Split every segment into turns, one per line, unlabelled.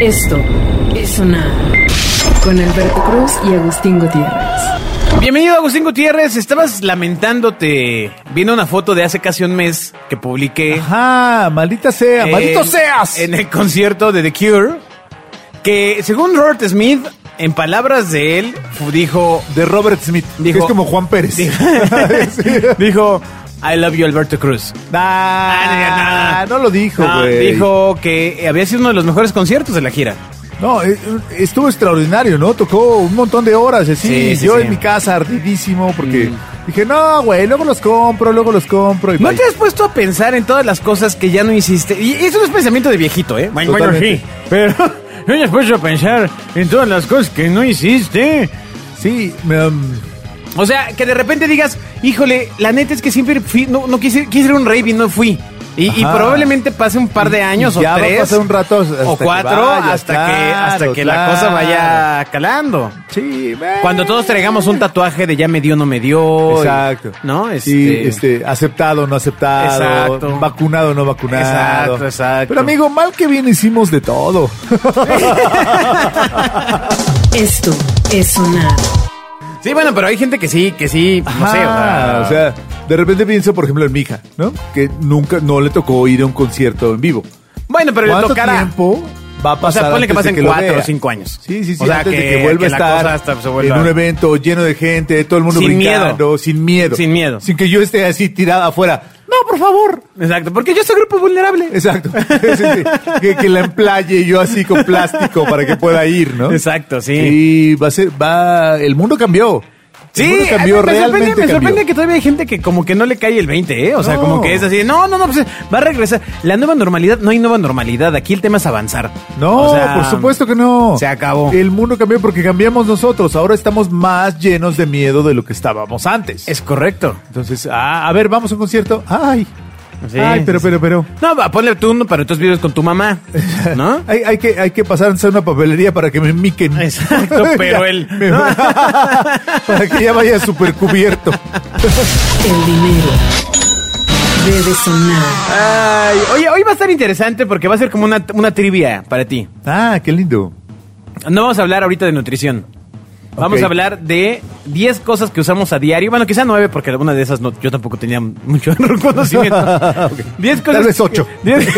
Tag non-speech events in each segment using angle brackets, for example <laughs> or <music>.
Esto es sonar con Alberto Cruz y Agustín Gutiérrez.
Bienvenido Agustín Gutiérrez, estabas lamentándote viendo una foto de hace casi un mes que publiqué
Ajá, maldita sea,
en-
maldito seas.
en el concierto de The Cure, que según Robert Smith, en palabras de él, fu- dijo,
de Robert Smith,
Dijo-
que es como Juan Pérez.
Dijo-
<laughs> Sí.
<laughs> dijo, I love you Alberto Cruz.
Ah,
Ah,
no lo dijo,
No,
güey.
dijo que había sido uno de los mejores conciertos de la gira.
No, eh, estuvo extraordinario, ¿no? Tocó un montón de horas, así.
Sí, sí,
yo
sí. Mm.
en mi casa ardidísimo porque dije, no, güey, luego los compro, luego los compro. Y
¿No
bye.
te has puesto a pensar en todas las cosas que ya no hiciste? Y eso no es pensamiento de viejito, ¿eh? Bueno,
bueno, Totalmente.
sí, pero <laughs> no te has puesto a pensar en todas las cosas que no hiciste.
Sí, me, um,
O sea, que de repente digas, híjole, la neta es que siempre fui- no, no quise, quise ir a un rave y no fui. Y, y
Ajá.
probablemente pase un par de años
ya
o
va a
tres.
pasar un rato hasta
o
que
cuatro
vaya,
hasta que,
claro,
hasta que la
claro.
cosa vaya calando.
sí, me-
Cuando todos traigamos un tatuaje de ya me dio, no me dio. y-
Exacto.
¿No? Este,
Sí, este, aceptado, no aceptado.
Exacto.
Vacunado, no vacunado.
Exacto, exacto.
Pero amigo, mal que bien hicimos de todo. <laughs>
Esto es sonar
Sí, bueno, pero hay gente que sí, que sí, no sé, o sea,
Ah, o sea, de repente pienso, por ejemplo, en mi hija, ¿no? Que nunca, no le tocó ir a un concierto en vivo.
Bueno, pero le
¿Cuánto
tocará.
tiempo va a
O
pasar?
sea, ponle que
antes de
pasen
lo
cuatro o
vea?
cinco años.
Sí, sí, sí.
O sea,
antes
que-
de que vuelva
que
a
la
estar
cosa hasta se vuelva-
en un evento lleno de gente, todo el mundo
Sin
brincando,
miedo.
sin miedo.
Sin miedo.
Sin que yo esté así tirada afuera. No, por favor.
Exacto, porque yo soy grupo vulnerable.
Exacto. <laughs> Sí, sí. Que, que la emplaye yo así con plástico para que pueda ir, ¿no?
Exacto, sí.
Y va a ser, va, el mundo cambió.
Sí, ah,
el mundo cambió,
me, me
realmente
sorprende, me
cambió.
sorprende que todavía hay gente que como que no le cae el 20, ¿eh? O sea,
No.
como que es así, de, no, no, no, pues va a regresar. La nueva normalidad, no hay nueva normalidad, aquí el tema es avanzar.
No,
O sea,
por supuesto que no.
se acabó.
El mundo cambió porque cambiamos nosotros. Ahora estamos más llenos de miedo de lo que estábamos antes.
Es correcto.
Entonces, ah, a ver, vamos a un concierto. Ay,
Sí,
ay,
sí,
pero,
sí.
pero, pero.
No, va, ponle tú uno para tus videos con tu mamá, ¿no?
<laughs> Hay, hay que, hay que pasarse a una papelería para que me miquen.
Exacto, pero
<laughs> Ya,
él-
me-
<laughs>
para que ya vaya súper cubierto.
El dinero debe sonar.
Ay, oye, hoy va a estar interesante porque va a ser como una, una trivia para ti.
Ah, qué lindo.
No vamos a hablar ahorita de nutrición. Vamos
Ok.
a hablar de 10 cosas que usamos a diario. Bueno, quizá 9 porque alguna de esas no, yo tampoco tenía mucho <laughs> conocimiento.
<laughs> Ok.
10
Tal
cosas.
vez ocho.
10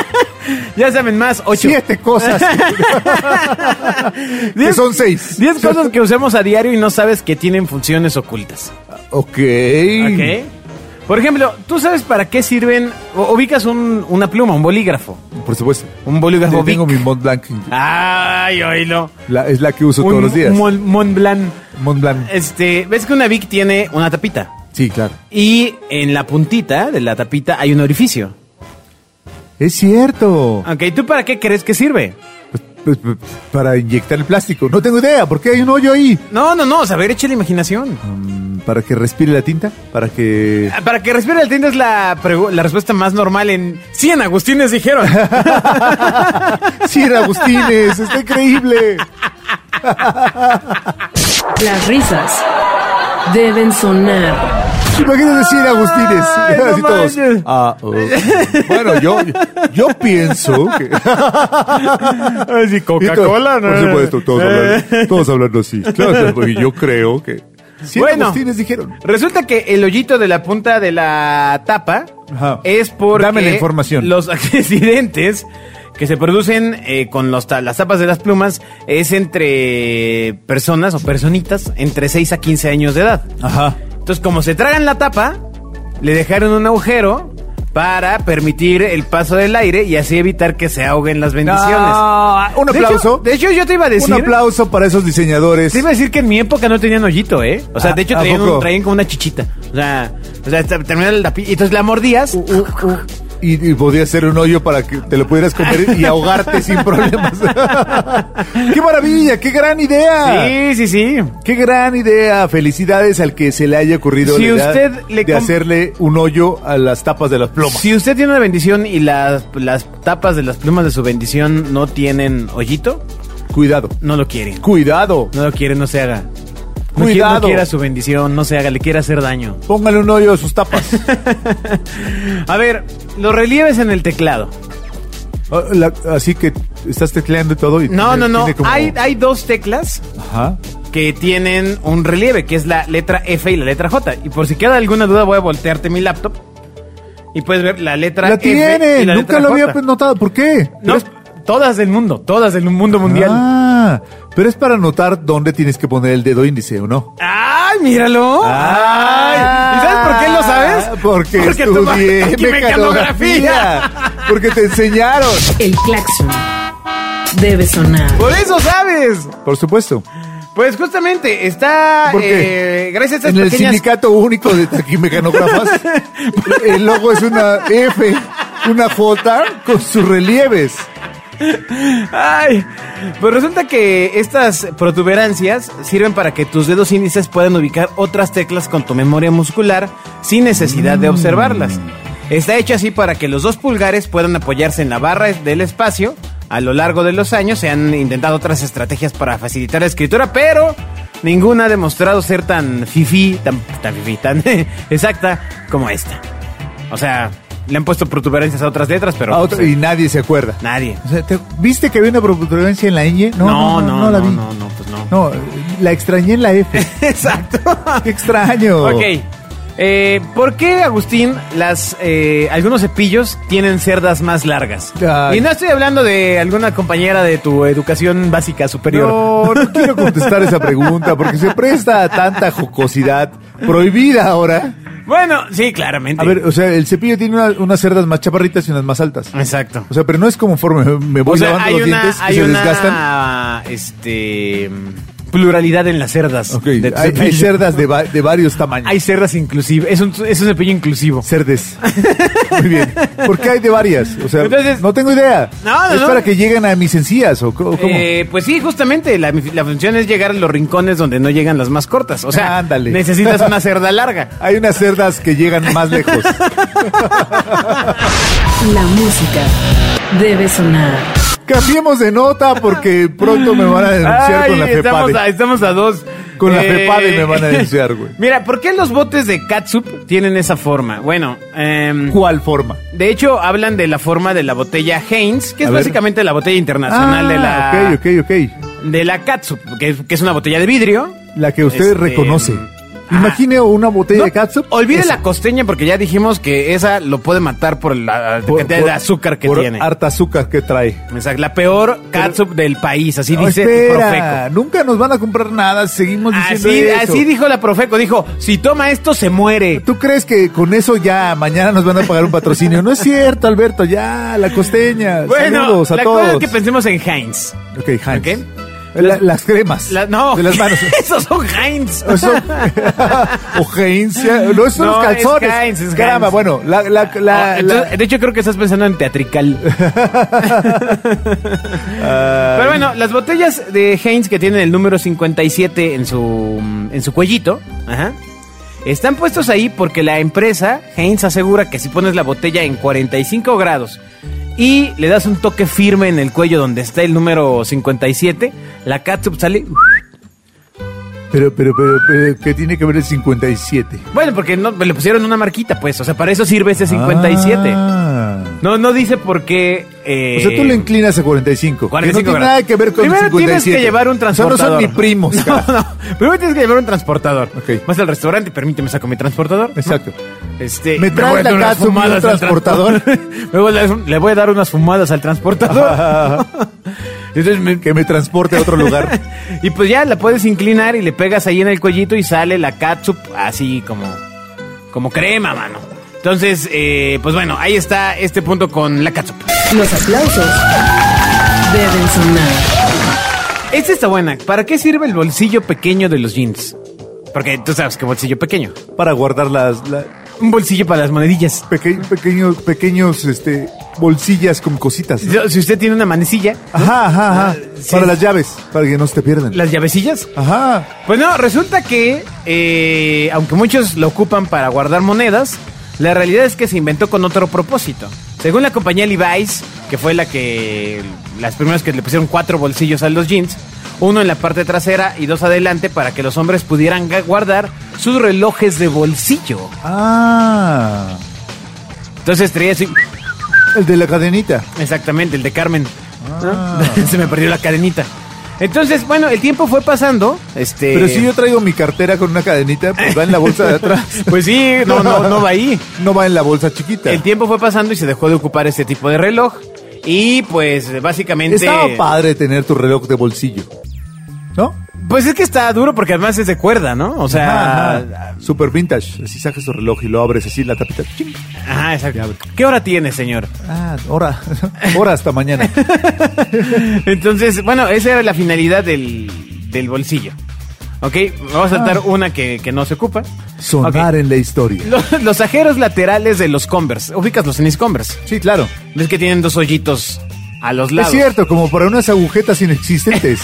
<laughs> ya saben más, 8. <laughs>
Siete cosas. que son seis.
10 cosas que usamos a diario y no sabes que tienen funciones ocultas.
Ok.
¿Ok? Por ejemplo, ¿tú sabes para qué sirven? o- ubicas un- una pluma, un bolígrafo.
Por supuesto.
Un bolígrafo
Yo Tengo
Bic.
mi Mont Blanc.
Ay, oílo.
La- es la que uso
Un
todos los días.
Mon, Mont Blanc.
Mont Blanc.
Este, ves que una Vic tiene una tapita.
Sí, claro.
Y en la puntita de la tapita hay un orificio.
Es cierto.
Ok, ¿tú para qué crees que sirve?
Pues, pues, pues, para inyectar el plástico. No tengo idea. ¿Por qué hay un hoyo ahí?
No, no, no, o sea, a ver, echa la imaginación.
Mm, Para que respire la tinta.
<laughs>
Para que.
Ah, Para que respire el tinta es la, pregu- la respuesta más normal en 100 Agustines dijeron.
Sí, era Agustines. Está increíble.
Las risas deben sonar.
Imagínate si era Agustines.
Ay, no
Así todos.
manches.
Ah, oh. Bueno, yo, yo pienso que. <laughs>
Así,
Y todo- Por supuesto, todos,
Eh.
hablando, todos hablando así. Claro,
<laughs>
porque yo creo que. Sí, era
Bueno.
Agustines dijeron.
Resulta que el hoyito de la punta de la tapa
Ajá.
es porque
Dame la información.
los <laughs> accidentes que se producen eh, con los ta- las tapas de las plumas es entre personas o personitas entre 6 a 15 años de edad.
Ajá.
Entonces, como se tragan la tapa, le dejaron un agujero para permitir el paso del aire y así evitar que se ahoguen las bendiciones.
Ah, un
De hecho-
aplauso.
De hecho, yo te iba a decir...
Un aplauso para esos diseñadores.
Te iba a decir que en mi época no tenían hoyito, ¿eh? O sea,
Ah,
de hecho
¿a
traían, un-
poco?
traían como una chichita. O sea, o sea te- terminaban la pi- y entonces la
Uh,
mordías.
Uh. Y, y podía ser un hoyo para que te lo pudieras comer
<laughs>
y ahogarte sin problemas. <laughs> ¡Qué maravilla! ¡Qué gran idea!
Sí, sí, sí.
¡Qué gran idea! Felicidades al que se le haya ocurrido
Si
la idea
usted le
de
com-
hacerle un hoyo a las tapas de las plumas.
Si usted tiene una bendición y las, las tapas de las plumas de su bendición no tienen hoyito,
Cuidado.
no lo quiere.
Cuidado.
No lo quiere, no se haga. No qui-
Cuidado.
no quiera su bendición, no se haga, le quiere hacer daño.
Póngale
<laughs>
un hoyo a sus tapas.
A ver, los relieves en el teclado.
Ah, la- así que estás tecleando y todo y
No, no,
tiene-
no.
tiene como-
Hay, hay dos teclas
Ajá.
que tienen un relieve, que es la letra F y la letra J. Y por si queda alguna duda, voy a voltearte mi laptop y puedes ver la letra
La
F
tiene,
y la
nunca
letra
lo había
J.
notado. ¿Por qué?
No,
Pero es-
todas del mundo, todas del mundo mundial.
Ah, pero es para notar dónde tienes que poner el dedo índice o no.
¡Ay, míralo! ¡Ay! ¿Y sabes por qué lo sabes?
Ah, Porque,
<laughs>
estudié
tomaste
mecanografía. Porque te enseñaron.
El claxon debe sonar.
¡Por eso sabes!
Por supuesto.
Pues justamente está.
¿Por qué?
eh, gracias a
En
estas
el
pequeñas.
sindicato único
<laughs>
de taquimecanógrafas, el logo es una F, una J con sus relieves.
Ay, pues resulta que estas protuberancias sirven para que tus dedos índices puedan ubicar otras teclas con tu memoria muscular sin necesidad
Mm.
de observarlas. Está hecho así para que los dos pulgares puedan apoyarse en la barra del espacio. A lo largo de los años se han intentado otras estrategias para facilitar la escritura, pero ninguna ha demostrado ser tan fifí, tan, tan fifí, tan <laughs> exacta como esta. O sea, le han puesto protuberancias a otras letras, pero
A otro-
pues,
y nadie se acuerda.
nadie.
O sea, ¿te- ¿Viste que había una protuberancia en la ñ?
No, no,
la vi.
no, no, pues no.
No, <laughs> la extrañé en la F.
<laughs> Exacto.
Qué extraño.
Ok. Eh, ¿Por qué, Agustín, las eh, algunos cepillos tienen cerdas más largas?
Ay.
Y no estoy hablando de alguna compañera de tu educación básica superior.
No,
<laughs>
no quiero contestar esa pregunta porque se presta a tanta jocosidad prohibida ahora.
Bueno, sí, claramente.
A ver, o sea, el cepillo tiene una- unas cerdas más chaparritas y unas más altas.
Exacto.
O sea, pero no es conforme me voy
O sea,
lavando
hay
los
una,
dientes y
hay
se
una,
desgastan.
este, pluralidad en las cerdas.
Ok,
de tu
hay, hay
cepillo.
cerdas de, va- de varios tamaños.
Hay cerdas inclusive. Es un, es un cepillo inclusivo.
cerdes. Muy bien. ¿Por qué hay de varias? O sea,
Entonces-
no tengo idea.
No, no,
es
no.
para que lleguen a mis encías o co- cómo.
Eh, pues sí, justamente la, la función es llegar a los rincones donde no llegan las más cortas. O sea,
Ándale.
necesitas
<laughs>
una cerda larga.
Hay unas cerdas que llegan más lejos.
La música debe sonar.
Cambiemos de nota porque pronto me van a denunciar
Ay,
con la
estamos,
FEPADE.
a, estamos a dos. Eh,
Con la FEPADE
<laughs>
me van a denunciar, güey.
Mira, ¿por qué los botes de catsup tienen esa forma? Bueno, em,
¿Cuál forma?
de hecho hablan de la forma de la botella Heinz, que es
A ver.
básicamente la botella internacional de la
Ah, Ok, ok, ok.
de la catsup, que, que es una botella de vidrio.
La que usted
Este,
reconoce.
ah.
Imagine una botella
No,
de catsup.
Olvide
esa.
la costeña porque ya dijimos que esa lo puede matar por la
Por-
cantidad
por-
de azúcar que
por
tiene.
Harta azúcar que trae.
O sea, la peor catsup del país, así
No,
dice
espera, nunca nos van a comprar nada, seguimos
Profeco.
diciendo
Así,
eso.
así dijo la Profeco, dijo, si toma esto se muere.
¿Tú crees que con eso ya mañana nos van a pagar un
<laughs>
patrocinio? No es cierto, Alberto, ya, la costeña.
Bueno,
saludos a
la
todos.
cosa es que pensemos en Heinz.
Ok, Heinz.
Ok.
La- las cremas.
La- no,
De las manos.
<laughs> esos son Heinz.
Eso- <laughs> o Heinz, ya- no, son
No,
los
es
calzones.
Heinz, es
Caramba,
Heinz.
bueno, la, la, la-
Ah,
la-
entonces, de hecho, creo que estás pensando en
<laughs>
teatrical. Pero bueno, las botellas de Heinz que tienen el número 57 en su, en su cuellito, ajá, están puestos ahí porque la empresa Heinz asegura que si pones la botella en 45 grados y le das un toque firme en el cuello donde está el número 57, la catsup sale...
pero, pero, pero, pero, ¿qué tiene que ver el 57?
Bueno, porque no, le pusieron una marquita, pues. O sea, para eso sirve ese 57.
Ah.
No, no dice por qué... eh,
O sea, tú lo inclinas a 45.
45
que no tiene
grados.
nada que ver con el
Primero
57.
tienes que llevar un transportador.
O sea, no son ni
<laughs>
primos.
No,
carajo.
no. Primero tienes que llevar un transportador.
Ok.
Vas al restaurante, permíteme saco mi transportador.
Exacto.
Este,
Me traes
voy a dar
la
unas
catsup y un
fumadas al
transportador.
transportador. <laughs> Me voy a dar un- le voy a dar unas fumadas al transportador. Entonces me-
Que me transporte a otro lugar.
<laughs> y pues ya la puedes inclinar y le pegas ahí en el cuellito y sale la catsup así como, como crema, mano. Entonces, eh, pues bueno, ahí está este punto con la catsup.
Los aplausos deben sonar.
Esta está buena. ¿Para qué sirve el bolsillo pequeño de los jeans? Porque tú sabes que bolsillo pequeño.
Para guardar las, la-
Un bolsillo para las monedillas.
peque- pequeños, pequeños este, bolsillas con cositas. ¿no?
Si usted tiene una manecilla,
Ajá, ajá, ajá.
Sí.
Para las llaves, para que no se te pierdan.
las llavecillas.
Ajá.
Pues no, resulta que, eh, aunque muchos lo ocupan para guardar monedas, la realidad es que se inventó con otro propósito. Según la compañía Levi's, que fue la que las primeras que le pusieron cuatro bolsillos a los jeans, uno en la parte trasera y dos adelante para que los hombres pudieran ga- guardar sus relojes de bolsillo.
Ah.
Entonces traía así
El de la cadenita.
Exactamente, el de Carmen.
Ah.
¿no? <laughs> Se me perdió la cadenita. Entonces, bueno, el tiempo fue pasando. Este,
Pero si yo traigo mi cartera con una cadenita, pues va en la bolsa de atrás.
<laughs> Pues sí, no, no, no va ahí.
No va en la bolsa chiquita.
El tiempo fue pasando y se dejó de ocupar este tipo de reloj. Y pues básicamente...
Estaba padre tener tu reloj de bolsillo. ¿No?
Pues es que está duro porque además es de cuerda, ¿no? O sea... ah,
Ajá, ajá. super vintage. Así sacas tu reloj y lo abres así la tapita. Ching.
Ajá, exacto. ¿Qué hora tiene,
<laughs>
señor?
Ah, hora. Hora
<laughs>
hasta mañana.
Entonces, bueno, esa era la finalidad del, del bolsillo. Ok, vamos a saltar una que, que no se ocupa.
Ah. Sonar
Ok.
en la historia.
Los, los ajeros laterales de los Converse. Ubicas los tenis Converse.
Sí, claro.
¿Ves que tienen dos hoyitos a los
Es
lados?
cierto, como para unas agujetas
<laughs>
inexistentes.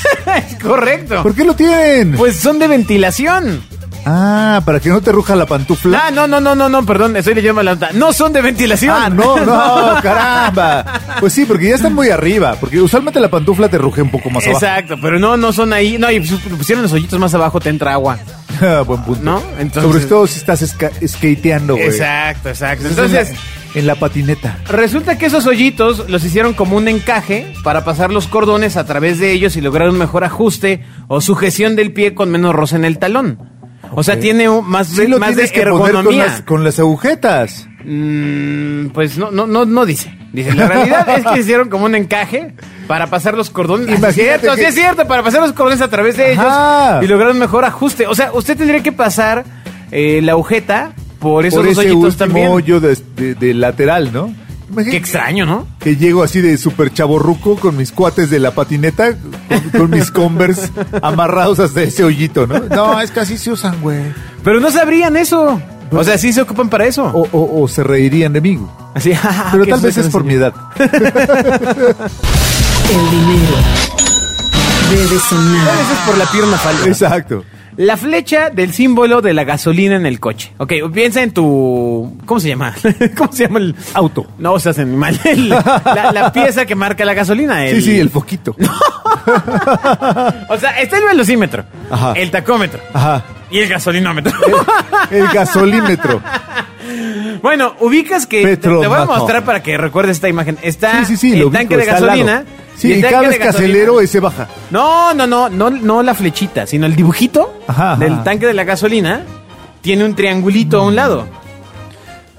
Es correcto.
¿Por qué lo tienen?
Pues son de ventilación.
Ah, para que no te ruja la pantufla.
Ah, no, no, no, no, no, perdón, estoy leyendo la nota. No son de ventilación.
Ah, no, no, caramba. Pues sí, porque ya están muy arriba. Porque usualmente la pantufla te ruge un poco más abajo.
<laughs>
<laughs>
Exacto, pero no, no son ahí. No, y pus- pusieron los hoyitos más abajo, te entra agua.
Ah, Buen punto.
¿No? Entonces-
Sobre todo si estás esca- skateando, güey.
Exacto, exacto.
Entonces,
Entonces,
en la, en la patineta.
resulta que esos hoyitos los hicieron como un encaje para pasar los cordones a través de ellos y lograr un mejor ajuste o sujeción del pie con menos roce en el talón. O sea,
Ok.
tiene un- más,
Sí
de-
lo
más de
tienes que poner con
ergonomía.
las, con las agujetas.
Mm, pues no, no, no, no dice. Dice, la realidad es que hicieron como un encaje para pasar los cordones. Ah, sí es
Imagínate
cierto, sí
que-
es cierto, para pasar los cordones a través de
Ajá.
ellos y lograr un mejor ajuste. O sea, usted tendría que pasar eh, la agujeta por esos
por
dos
ese
hoyitos
último
también.
hoyo de, de- de lateral, ¿no?
Qué
Imagínate
extraño, ¿no?
que llego así de super chaborruco con mis cuates de la patineta, con, con mis Converse <laughs> amarrados hasta ese hoyito, ¿no? No, es que así se usan, güey.
Pero no sabrían eso. O sea, sí se ocupan para eso.
O, o- o se reirían de mí.
Así, <laughs> ah,
Pero
que
tal
eso
vez
que
es
no
por
se-
mi edad.
El dinero debe
<laughs> Tal vez
sonar.
es por la pierna falsa.
Exacto.
La flecha del símbolo de la gasolina en el coche. Ok, piensa en tu... ¿Cómo se llama? <laughs> ¿Cómo se llama el...?
Auto.
No seas animal. <laughs> El- la, la pieza que marca la gasolina.
Sí, sí,
<laughs>
el foquito.
O sea, está el velocímetro,
Ajá.
el tacómetro
Ajá.
y el
<laughs>
gasolinómetro.
El gasolímetro.
<laughs> bueno, ubicas que... te- Te voy a
Petromaco.
mostrar para que recuerdes esta imagen. Está
Sí, sí, sí.
el
lo
tanque
ubico,
de
está al lado.
gasolina.
Sí,
y el
y
tanque
cada
de
vez que
gasolina-
acelero, ese baja.
No, no, no, no, no la flechita, sino el dibujito
Ajá, ajá.
del tanque de la gasolina tiene un triangulito a un lado.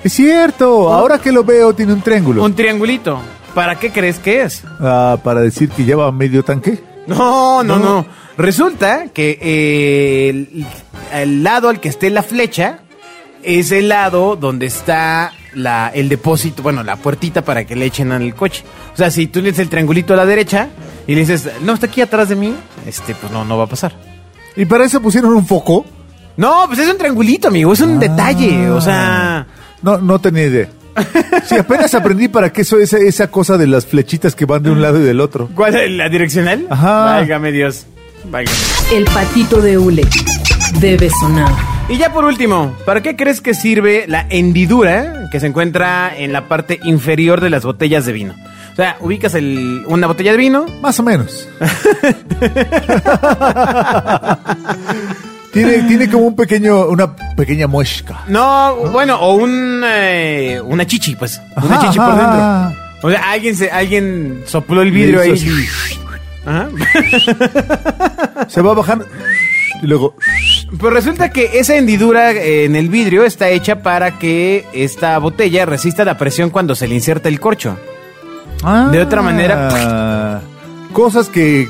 Es cierto, ahora que lo veo tiene un triángulo.
Oh. Un triangulito. ¿Para qué crees que es?
Ah, para decir que ya va medio tanque.
No, no,
No.
no. Resulta que eh, el, el lado al que esté la flecha es el lado donde está la, el depósito, bueno, la puertita para que le echen al coche. O sea, si tú le dices el triangulito a la derecha y le dices, no, está aquí atrás de mí, este, pues no, no va a pasar.
Y para eso pusieron un foco. Ah.
No, pues es un triangulito, amigo, es un detalle, o sea...
No, no tenía idea. Si apenas aprendí para qué eso, esa, esa cosa de las flechitas que van de un lado y del otro.
¿Cuál es la direccional?
Ajá.
Válgame Dios. Válgame.
El patito de hule debe sonar.
Y ya por último, ¿para qué crees que sirve la hendidura que se encuentra en la parte inferior de las botellas de vino? O sea, ubicas el- una botella de vino.
Más
<laughs>
o menos. tiene, tiene como un pequeño, una pequeña muesca.
No, bueno, o un, eh, una chichi, pues. Una
Ajá,
chichi
ajá,
por dentro.
ajá.
O sea, alguien, se, alguien sopló el vidrio ahí.
Le hizo
Ajá.
Se va a bajar y luego.
Pues resulta que esa hendidura eh, en el vidrio está hecha para que esta botella resista la presión cuando se le inserta el corcho. De otra manera.
Cosas que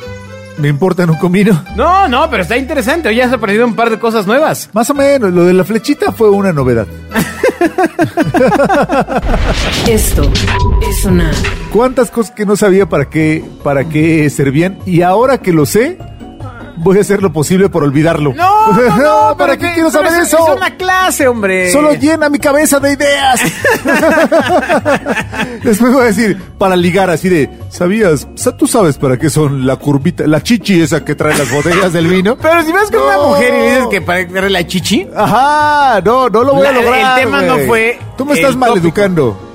me importan un comino.
No, no, pero está interesante. Hoy has aprendido un par de cosas nuevas.
Más o menos, lo de la flechita fue una novedad.
Esto es sonar.
¿Cuántas cosas que no sabía para qué, para qué servían? Y ahora que lo sé, voy a hacer lo posible por olvidarlo.
No,
<laughs>
no, no,
¿para
pero
qué
que-
quiero
pero
saber
es-
eso?
Es una clase, hombre.
Solo llena mi cabeza de ideas.
<laughs>
Después voy a decir, para ligar así de, ¿sabías? O sea, tú sabes para qué son la curvita, la chichi esa que trae las botellas del vino.
Pero si vas con una
No.
mujer y le dices que para darle la chichi,
Ajá, no, no lo voy a
La- el
lograr.
tema no
güey.
fue
Tú me
el
estás
tópico.
maleducando.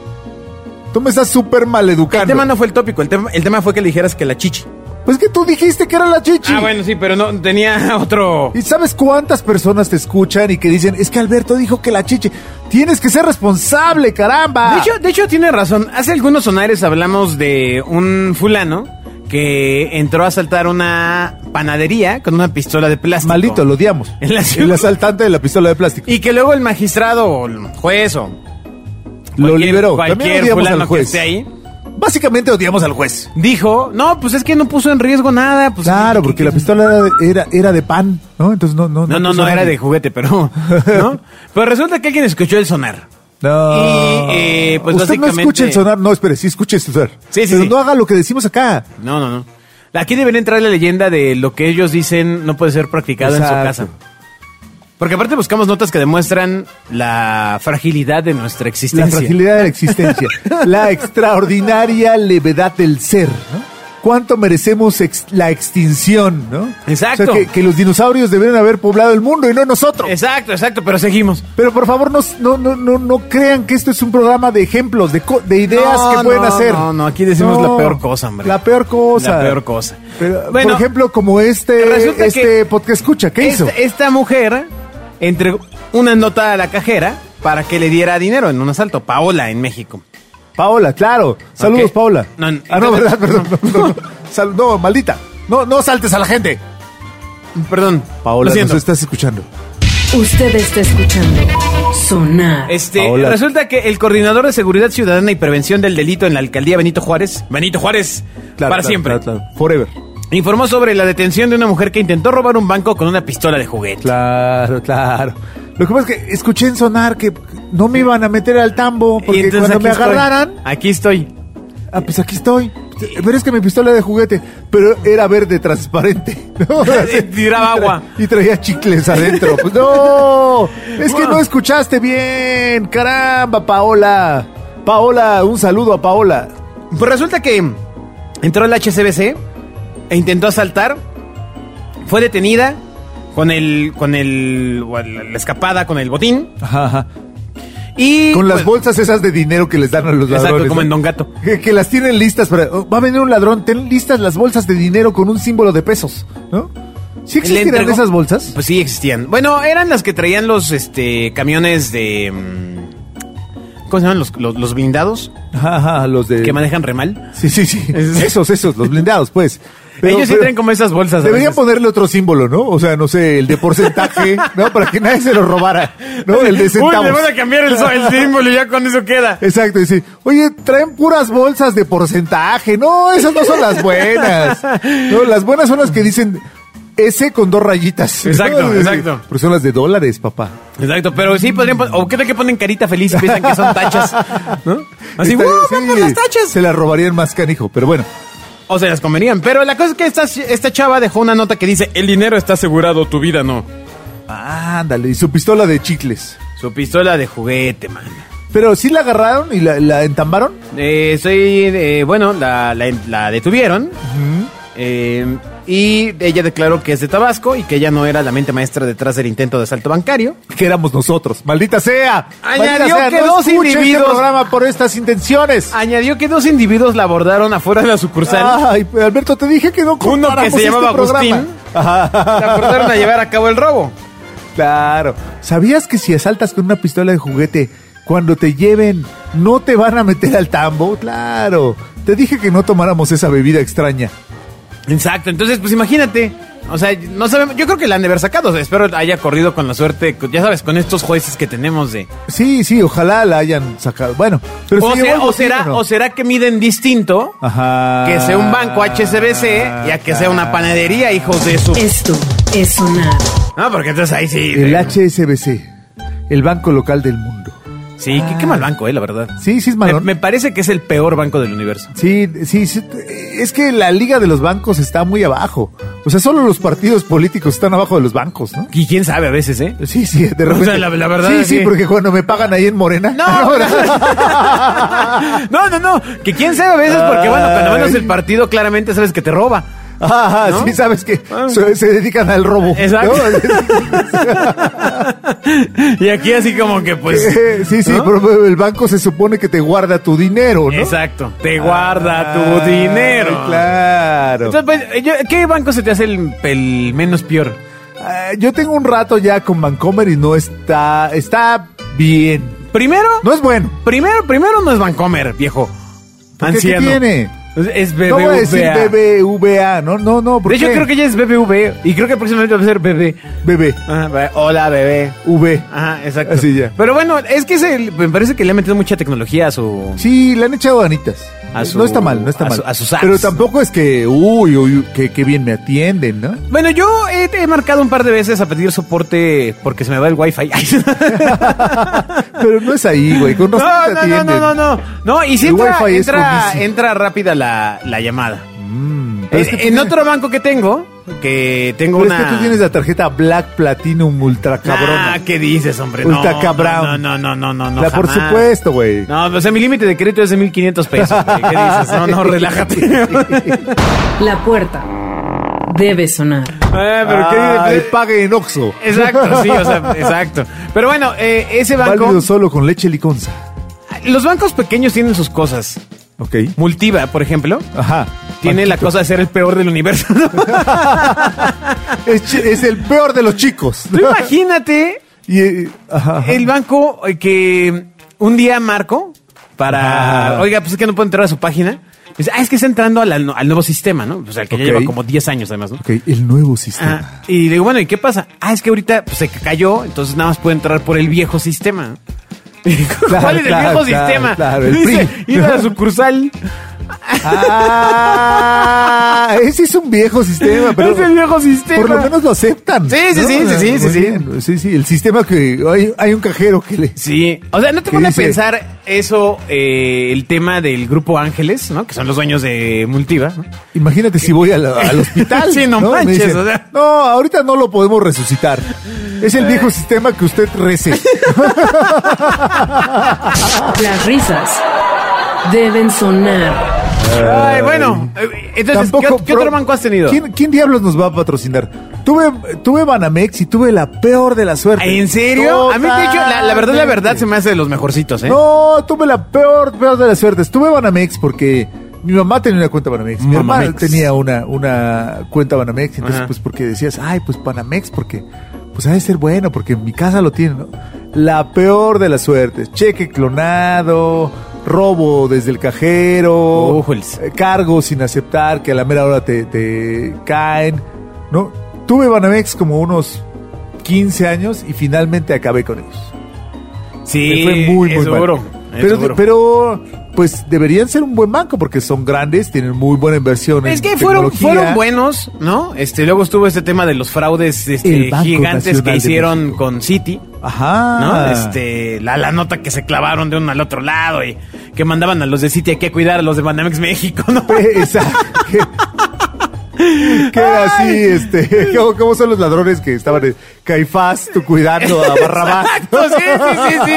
Tú me estás súper maleducando.
el tema no fue el tópico, el tema, el tema fue que le dijeras que la chichi.
Pues que tú dijiste que era la chichi.
Ah, bueno, sí, pero no tenía <laughs> otro.
¿Y sabes cuántas personas te escuchan y que dicen, es que Alberto dijo que la chichi? Tienes que ser responsable, caramba.
De hecho, de hecho tiene razón. Hace algunos sonares hablamos de un fulano que entró a asaltar una panadería con una pistola de plástico.
Maldito,
<laughs>
lo odiamos.
En la ciudad.
El asaltante de la pistola de plástico.
Y que luego el magistrado o el juez o
lo
cualquier-
liberó. También
cualquier
odiamos
fulano
al
que
juez.
esté ahí
Básicamente odiamos al juez.
dijo, no, pues es que no puso en riesgo nada. Pues,
Claro,
¿qué-
porque
qué-
la pistola era de, era, era de pan, ¿no? Entonces no, no,
No, no,
puso
no,
nada.
era de juguete, pero... <laughs> ¿no? Pero resulta que alguien escuchó el sonar.
No.
Y, eh, pues,
Usted no
básicamente-
escuche el sonar. No, espere, sí escuche el sonar.
Sí, sí,
Pero
sí.
no haga lo que decimos acá.
No, no, no. Aquí debería entrar la leyenda de lo que ellos dicen no puede ser practicado en su
Exacto.
casa. Porque aparte buscamos notas que demuestran la fragilidad de nuestra existencia.
La fragilidad de
<laughs>
la existencia. la extraordinaria levedad del ser, ¿no? ¿Cuánto merecemos ex- la extinción, no?
Exacto.
O sea, que, que los dinosaurios deberían haber poblado el mundo y no nosotros.
Exacto, exacto, pero seguimos.
Pero por favor, no, no, no, no, no crean que esto es un programa de ejemplos, de, co- de ideas
No,
que pueden
no,
hacer.
no, no, aquí decimos la peor cosa, hombre.
La peor cosa.
La peor cosa.
Pero,
Bueno,
por ejemplo, como este,
resulta
este
que- este-
podcast escucha, ¿qué hizo?
Esta, esta mujer entregó una nota a la cajera para que le diera dinero en un asalto. Paola, en México.
Paola, claro. Saludos,
Ok.
Paola.
No, no,
ah, no,
entonces-
¿verdad? Perdón. No, no. Sal- no, maldita. No, no saltes a la gente.
Perdón,
Paola,
lo siento.
nos estás escuchando.
Usted está escuchando Sonar.
Este,
Paola.
resulta que el coordinador de Seguridad Ciudadana y Prevención del Delito en la alcaldía Benito Juárez, Benito Juárez,
Claro,
para
claro,
siempre,
claro, claro. Forever.
informó sobre la detención de una mujer que intentó robar un banco con una pistola de juguete.
Claro, claro. Lo que pasa es que escuché en sonar que no me iban a meter al tambo
Y
porque
entonces
cuando me
aquí estoy.
agarraran.
aquí estoy.
Ah, pues aquí estoy. Pero es que mi pistola era de juguete, pero era verde transparente. <laughs> ¿no?
<laughs> Y tiraba
Y tra-
agua.
Y traía chicles adentro. Pues, no, es que no escuchaste bien. Caramba, Paola. Paola, un saludo a Paola.
Pues resulta que entró el HCBC e intentó asaltar. Fue detenida con el con el o la la escapada con el botín y
Con las
pues,
bolsas esas de dinero que les dan a los
Exacto,
ladrones.
como en
¿no?
Don Gato.
Que, que las tienen listas para. oh, va a venir un ladrón, ten listas las bolsas de dinero con un símbolo de pesos, ¿no? ¿Sí
le
existirán
entregó-
esas bolsas?
Pues sí existían. Bueno, eran las que traían los este camiones de mm, ¿Cómo se llaman los, los, los blindados
Ajá, los de.
que manejan remal?
Sí, sí, sí.
<laughs> Es-
Esos, esos, los blindados, pues.
Ellos sí traen como esas bolsas. a
Deberían
veces.
ponerle otro símbolo, ¿no? O sea, no sé, el
<laughs>
de porcentaje, ¿no? Para que nadie se lo robara, ¿no? El de
Uy,
centavos.
le van a cambiar el, so-
<laughs>
el símbolo y ya con eso queda.
Exacto, y sí. Oye, traen puras bolsas de porcentaje. No, esas no son las buenas. No, las buenas son las que dicen ese con dos rayitas. ¿no?
Exacto, exacto.
Pero son las de dólares, papá.
Exacto, pero sí podrían pon- o qué tal que ponen carita feliz y piensan que son tachas, <laughs> ¿no? Así,
Está-
¡wow!
sí,
van por las tachas!
Se las robarían más canijo, pero bueno.
O se las comerían, pero la cosa es que esta, esta chava dejó una nota que dice, el dinero está asegurado, tu vida no.
Ándale, y su pistola de chicles.
Su pistola de juguete, man.
Pero sí la agarraron y la, la entambaron.
Eh, soy, eh, bueno, la, la- la detuvieron eh, y ella declaró que es de Tabasco y que ella no era la mente maestra detrás del intento de asalto bancario.
que éramos nosotros. Maldita sea.
Añadió
Maldita sea,
que dos
escuche
individuos-
este programa por estas intenciones.
Añadió que dos individuos la abordaron afuera de la sucursal.
Ay, Alberto, te dije que no
Uno que
comparamos
se llamaba
este programa.
Agustín. <laughs> La abordaron a llevar a cabo el robo.
Claro. ¿Sabías que si asaltas con una pistola de juguete, cuando te lleven, no te van a meter al tambo? Claro. Te dije que no tomáramos esa bebida extraña.
Exacto, entonces pues imagínate. O sea, no sabemos, yo creo que la han de haber sacado, o sea, espero haya corrido con la suerte, ya sabes, con estos jueces que tenemos de...
Sí, sí, ojalá la hayan sacado. Bueno, pero
O,
sí,
sea-
algo
o
así,
será,
¿no?
o será que miden distinto
Ajá.
que sea un banco HSBC y a que sea una panadería, hijos de su...
Esto es Sonar.
No, Ah, porque entonces ahí sí...
El
de-
HSBC, el banco local del mundo.
Sí, qué, qué mal banco, eh, la verdad.
Sí, sí es
Me,
malo.
me parece que es el peor banco del universo.
Sí, sí, sí, es que la liga de los bancos está muy abajo. O sea, solo los partidos políticos están abajo de los bancos, ¿no?
Y quién sabe a veces, ¿eh?
Sí, sí, de repente.
sea, la- la verdad
Sí,
es
sí,
que-
porque cuando me pagan ahí en Morena. <laughs>
No, <laughs> no, no, no, que quién sabe a veces porque bueno, cuando menos el partido claramente sabes que te roba. <laughs>
Ajá,
¿No?
sí, sabes que
Ah.
se, se dedican al robo.
Exacto.
<laughs> ¿no?
Y aquí así como que pues...
Eh, sí, sí,
¿no?
pero el banco se supone que te guarda tu dinero, ¿no?
Exacto. Te guarda tu
Ay,
dinero.
Claro.
Entonces, pues, yo- ¿Qué banco se te hace el, el menos peor?
Eh, Ah, yo tengo un rato ya con Vancomer y no está. Está bien.
Primero,
No es bueno.
primero, primero no es Vancomer, viejo.
¿Por qué? ¿Qué
Anciano.
tiene?
Es- Es BBVA.
No voy a decir BBVA, no, no, no. ¿por
de hecho,
qué?
creo que ya es BBV. Y creo que próximamente va a ser BB.
BBV.
Ajá, va- hola, bebé. Ajá, exacto.
Así ya.
Pero bueno, es que es el- me parece que le ha metido mucha tecnología a su.
Sí, le han echado ganitas.
A su-
no está mal, no está
a
mal.
su- a sus apps,
Pero tampoco es que, uy, uy, que, que bien me atienden, ¿no? <laughs>
Bueno, yo he, he marcado un par de veces a pedir soporte porque se me va el wifi. <laughs>
Pero no es ahí, güey. <laughs> Con
no,
razón te
no, no,
atienden.
no, no, no. No, y si
El
entra,
wifi es
entra,
buenísimo.
entra rápida la, la llamada.
Mm,
Eh,
pero es que tú
en
tienes-
otro banco que tengo, que tengo
pero
una...
es que tú tienes la tarjeta Black Platinum Ultra Cabrona.
Ah, ¿qué dices, hombre? No,
Ultra
no,
cabrón.
no, no, no, no, no,
la, por
jamás.
supuesto, güey.
No, o sea, mi límite de crédito es de 1500 pesos. güey. ¿Qué dices? No,
<laughs>
no, <laughs> relájate. Eh,
La puerta debe sonar.
Eh, pero
Ay,
¿qué
pague en Oxxo.
Exacto, sí, o
<laughs>
sea, exacto. Pero bueno, eh, ese banco...
Válido solo con leche liconza.
Los bancos pequeños tienen sus cosas.
Ok.
Multiva, por ejemplo,
Ajá.
tiene la cosa de ser el peor del universo. ¿no? <laughs>
Es, chi- es el peor de los chicos.
Tú imagínate
Y, eh, ajá, ajá.
el banco eh, que un día marco para...
Ajá.
Oiga, pues es que no puedo entrar a su página. Dice, ah, es que está entrando al, al nuevo sistema, ¿no? O sea, que ya
Ok.
lleva como 10 años además, ¿no?
Ok, el nuevo sistema.
Ah, y le digo, bueno, ¿y qué pasa? Ah, es que ahorita pues, se cayó, entonces nada más puede entrar por el viejo sistema. <laughs>
Claro,
¿Cuál es
claro,
el viejo
claro,
sistema?
claro, el
Dice,
PRI.
ir a la sucursal.
Ah, ese es un viejo sistema, <laughs> pero
es el viejo sistema.
por lo menos lo aceptan.
Sí, sí, sí, sí, sí,
Muy
sí, sí.
bien. sí, sí, El sistema que hay, hay un cajero que le.
Sí, o sea, no te
¿Qué
pone a
dice?
pensar eso, eh, el tema del grupo Ángeles, ¿no? Que son los dueños de Multiva. ¿no?
Imagínate si voy a la- al hospital.
<laughs> Sí, no
Me
manches,
dicen,
o sea. Eh.
No, ahorita no lo podemos resucitar. Es el viejo sistema que usted rece.
Las risas deben sonar.
Ay, bueno, eh, entonces, ¿qué, qué
pro-
otro banco has tenido?
¿Quién, quién diablos nos va a patrocinar? Tuve, tuve Banamex y tuve la peor de la suerte.
¿En serio? A mí, de hecho, la, la verdad, la verdad,
Totalmente.
se me hace de los mejorcitos, ¿eh?
No, tuve la peor, peor de las suertes. Tuve Banamex porque mi mamá tenía una cuenta Banamex. Mi hermana
Banamex.
tenía una, una cuenta Banamex. Entonces,
Ajá.
pues porque decías, ay, pues Banamex, porque pues ha de ser bueno, porque en mi casa lo tiene, ¿no? La peor de las suertes. Cheque clonado, robo desde el cajero,
Ujules.
eh, cargos sin aceptar que a la mera hora te, te caen, ¿no? Tuve Banamex como unos 15 años y finalmente acabé con ellos.
Sí,
Me fue muy, muy
Eh, es
mal.
duro, es
Pero,
duro.
pero, pues deberían ser un buen banco porque son grandes, tienen muy buena inversión.
Es
en
que fueron,
tecnología.
fueron buenos, ¿no? Este, luego estuvo este tema de los fraudes este,
El Banco
gigantes
Nacional
que
de
hicieron
México. Ah.
con City,
Ajá.
¿no? Este, la, la nota que se clavaron de uno al otro lado y que mandaban a los de City aquí a cuidar a los de Banamex México, ¿no?
<laughs> Exacto. Que era así, este. <laughs> ¿cómo, cómo son los ladrones que estaban en Caifás, tú cuidando a Barrabás?
Exacto, sí, sí, sí, sí.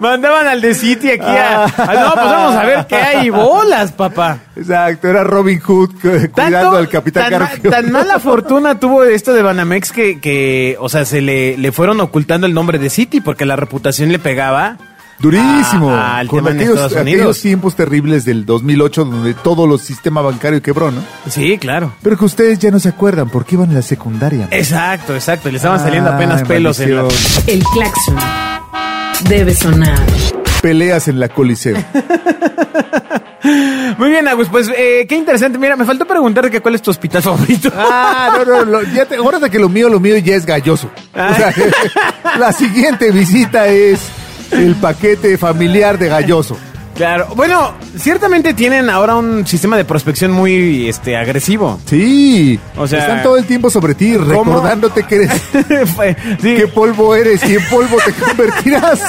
Mandaban al de City aquí a, a- No, pues vamos a ver qué hay. Bolas, papá.
Exacto, era Robin Hood cu- cuidando
Tanto-
al capitán
tan, ma-
Garfio.
tan mala fortuna tuvo esto de Banamex que, que o sea, se le, le fueron ocultando el nombre de City porque la reputación le pegaba.
Durísimo.
a- al
con
Ah, tema en
aquellos,
Estados
aquellos
Unidos.
tiempos terribles del 2008 donde todo los sistema bancario quebró, ¿no?
Sí, claro.
Pero que ustedes ya no se acuerdan porque iban en la secundaria.
Exacto, exacto. Le Eh, estaban saliendo apenas
Ay,
pelos en la...
Ah, maldición.
El claxon debe sonar.
Peleas en la coliseo.
Muy bien, Agus. Pues eh, qué interesante. Mira, me faltó preguntarte que cuál es tu hospital <laughs> favorito.
ah, no, no, no. Ya te, acuérdate que lo mío, lo mío ya es galloso.
Ah.
O sea, <laughs> la siguiente visita es el paquete familiar de galloso.
Claro. Bueno, ciertamente tienen ahora un sistema de prospección muy este agresivo. <laughs>
Sí.
O sea,
están todo el tiempo sobre ti,
¿cómo?
recordándote que eres.
Fue- sí.
¿Qué polvo eres y en polvo te convertirás?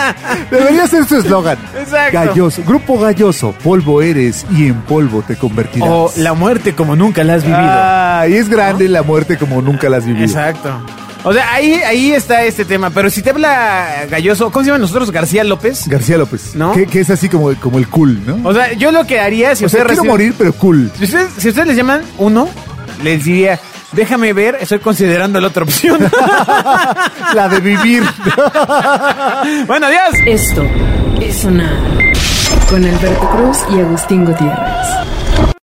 <laughs>
Debería ser su eslogan.
Exacto.
Galloso. Grupo Galloso. Polvo eres y en polvo te convertirás.
O la muerte como nunca la has vivido.
Ah, y es grande la muerte como nunca la has vivido.
Exacto. O sea, ahí, ahí está este tema. Pero si te habla Galloso, ¿cómo se llama nosotros? García López.
García López,
¿No?
que, que es así como, como el cool, ¿no?
O sea, yo lo que haría si
O sea,
ustedes
quiero
reciben-
morir, pero cool.
Si ustedes, si ustedes les llaman uno, les diría, déjame ver, estoy considerando la otra opción.
<laughs>
<laughs>
La de vivir.
bueno, adiós.
Esto es sonar. Con Alberto Cruz y Agustín Gutiérrez.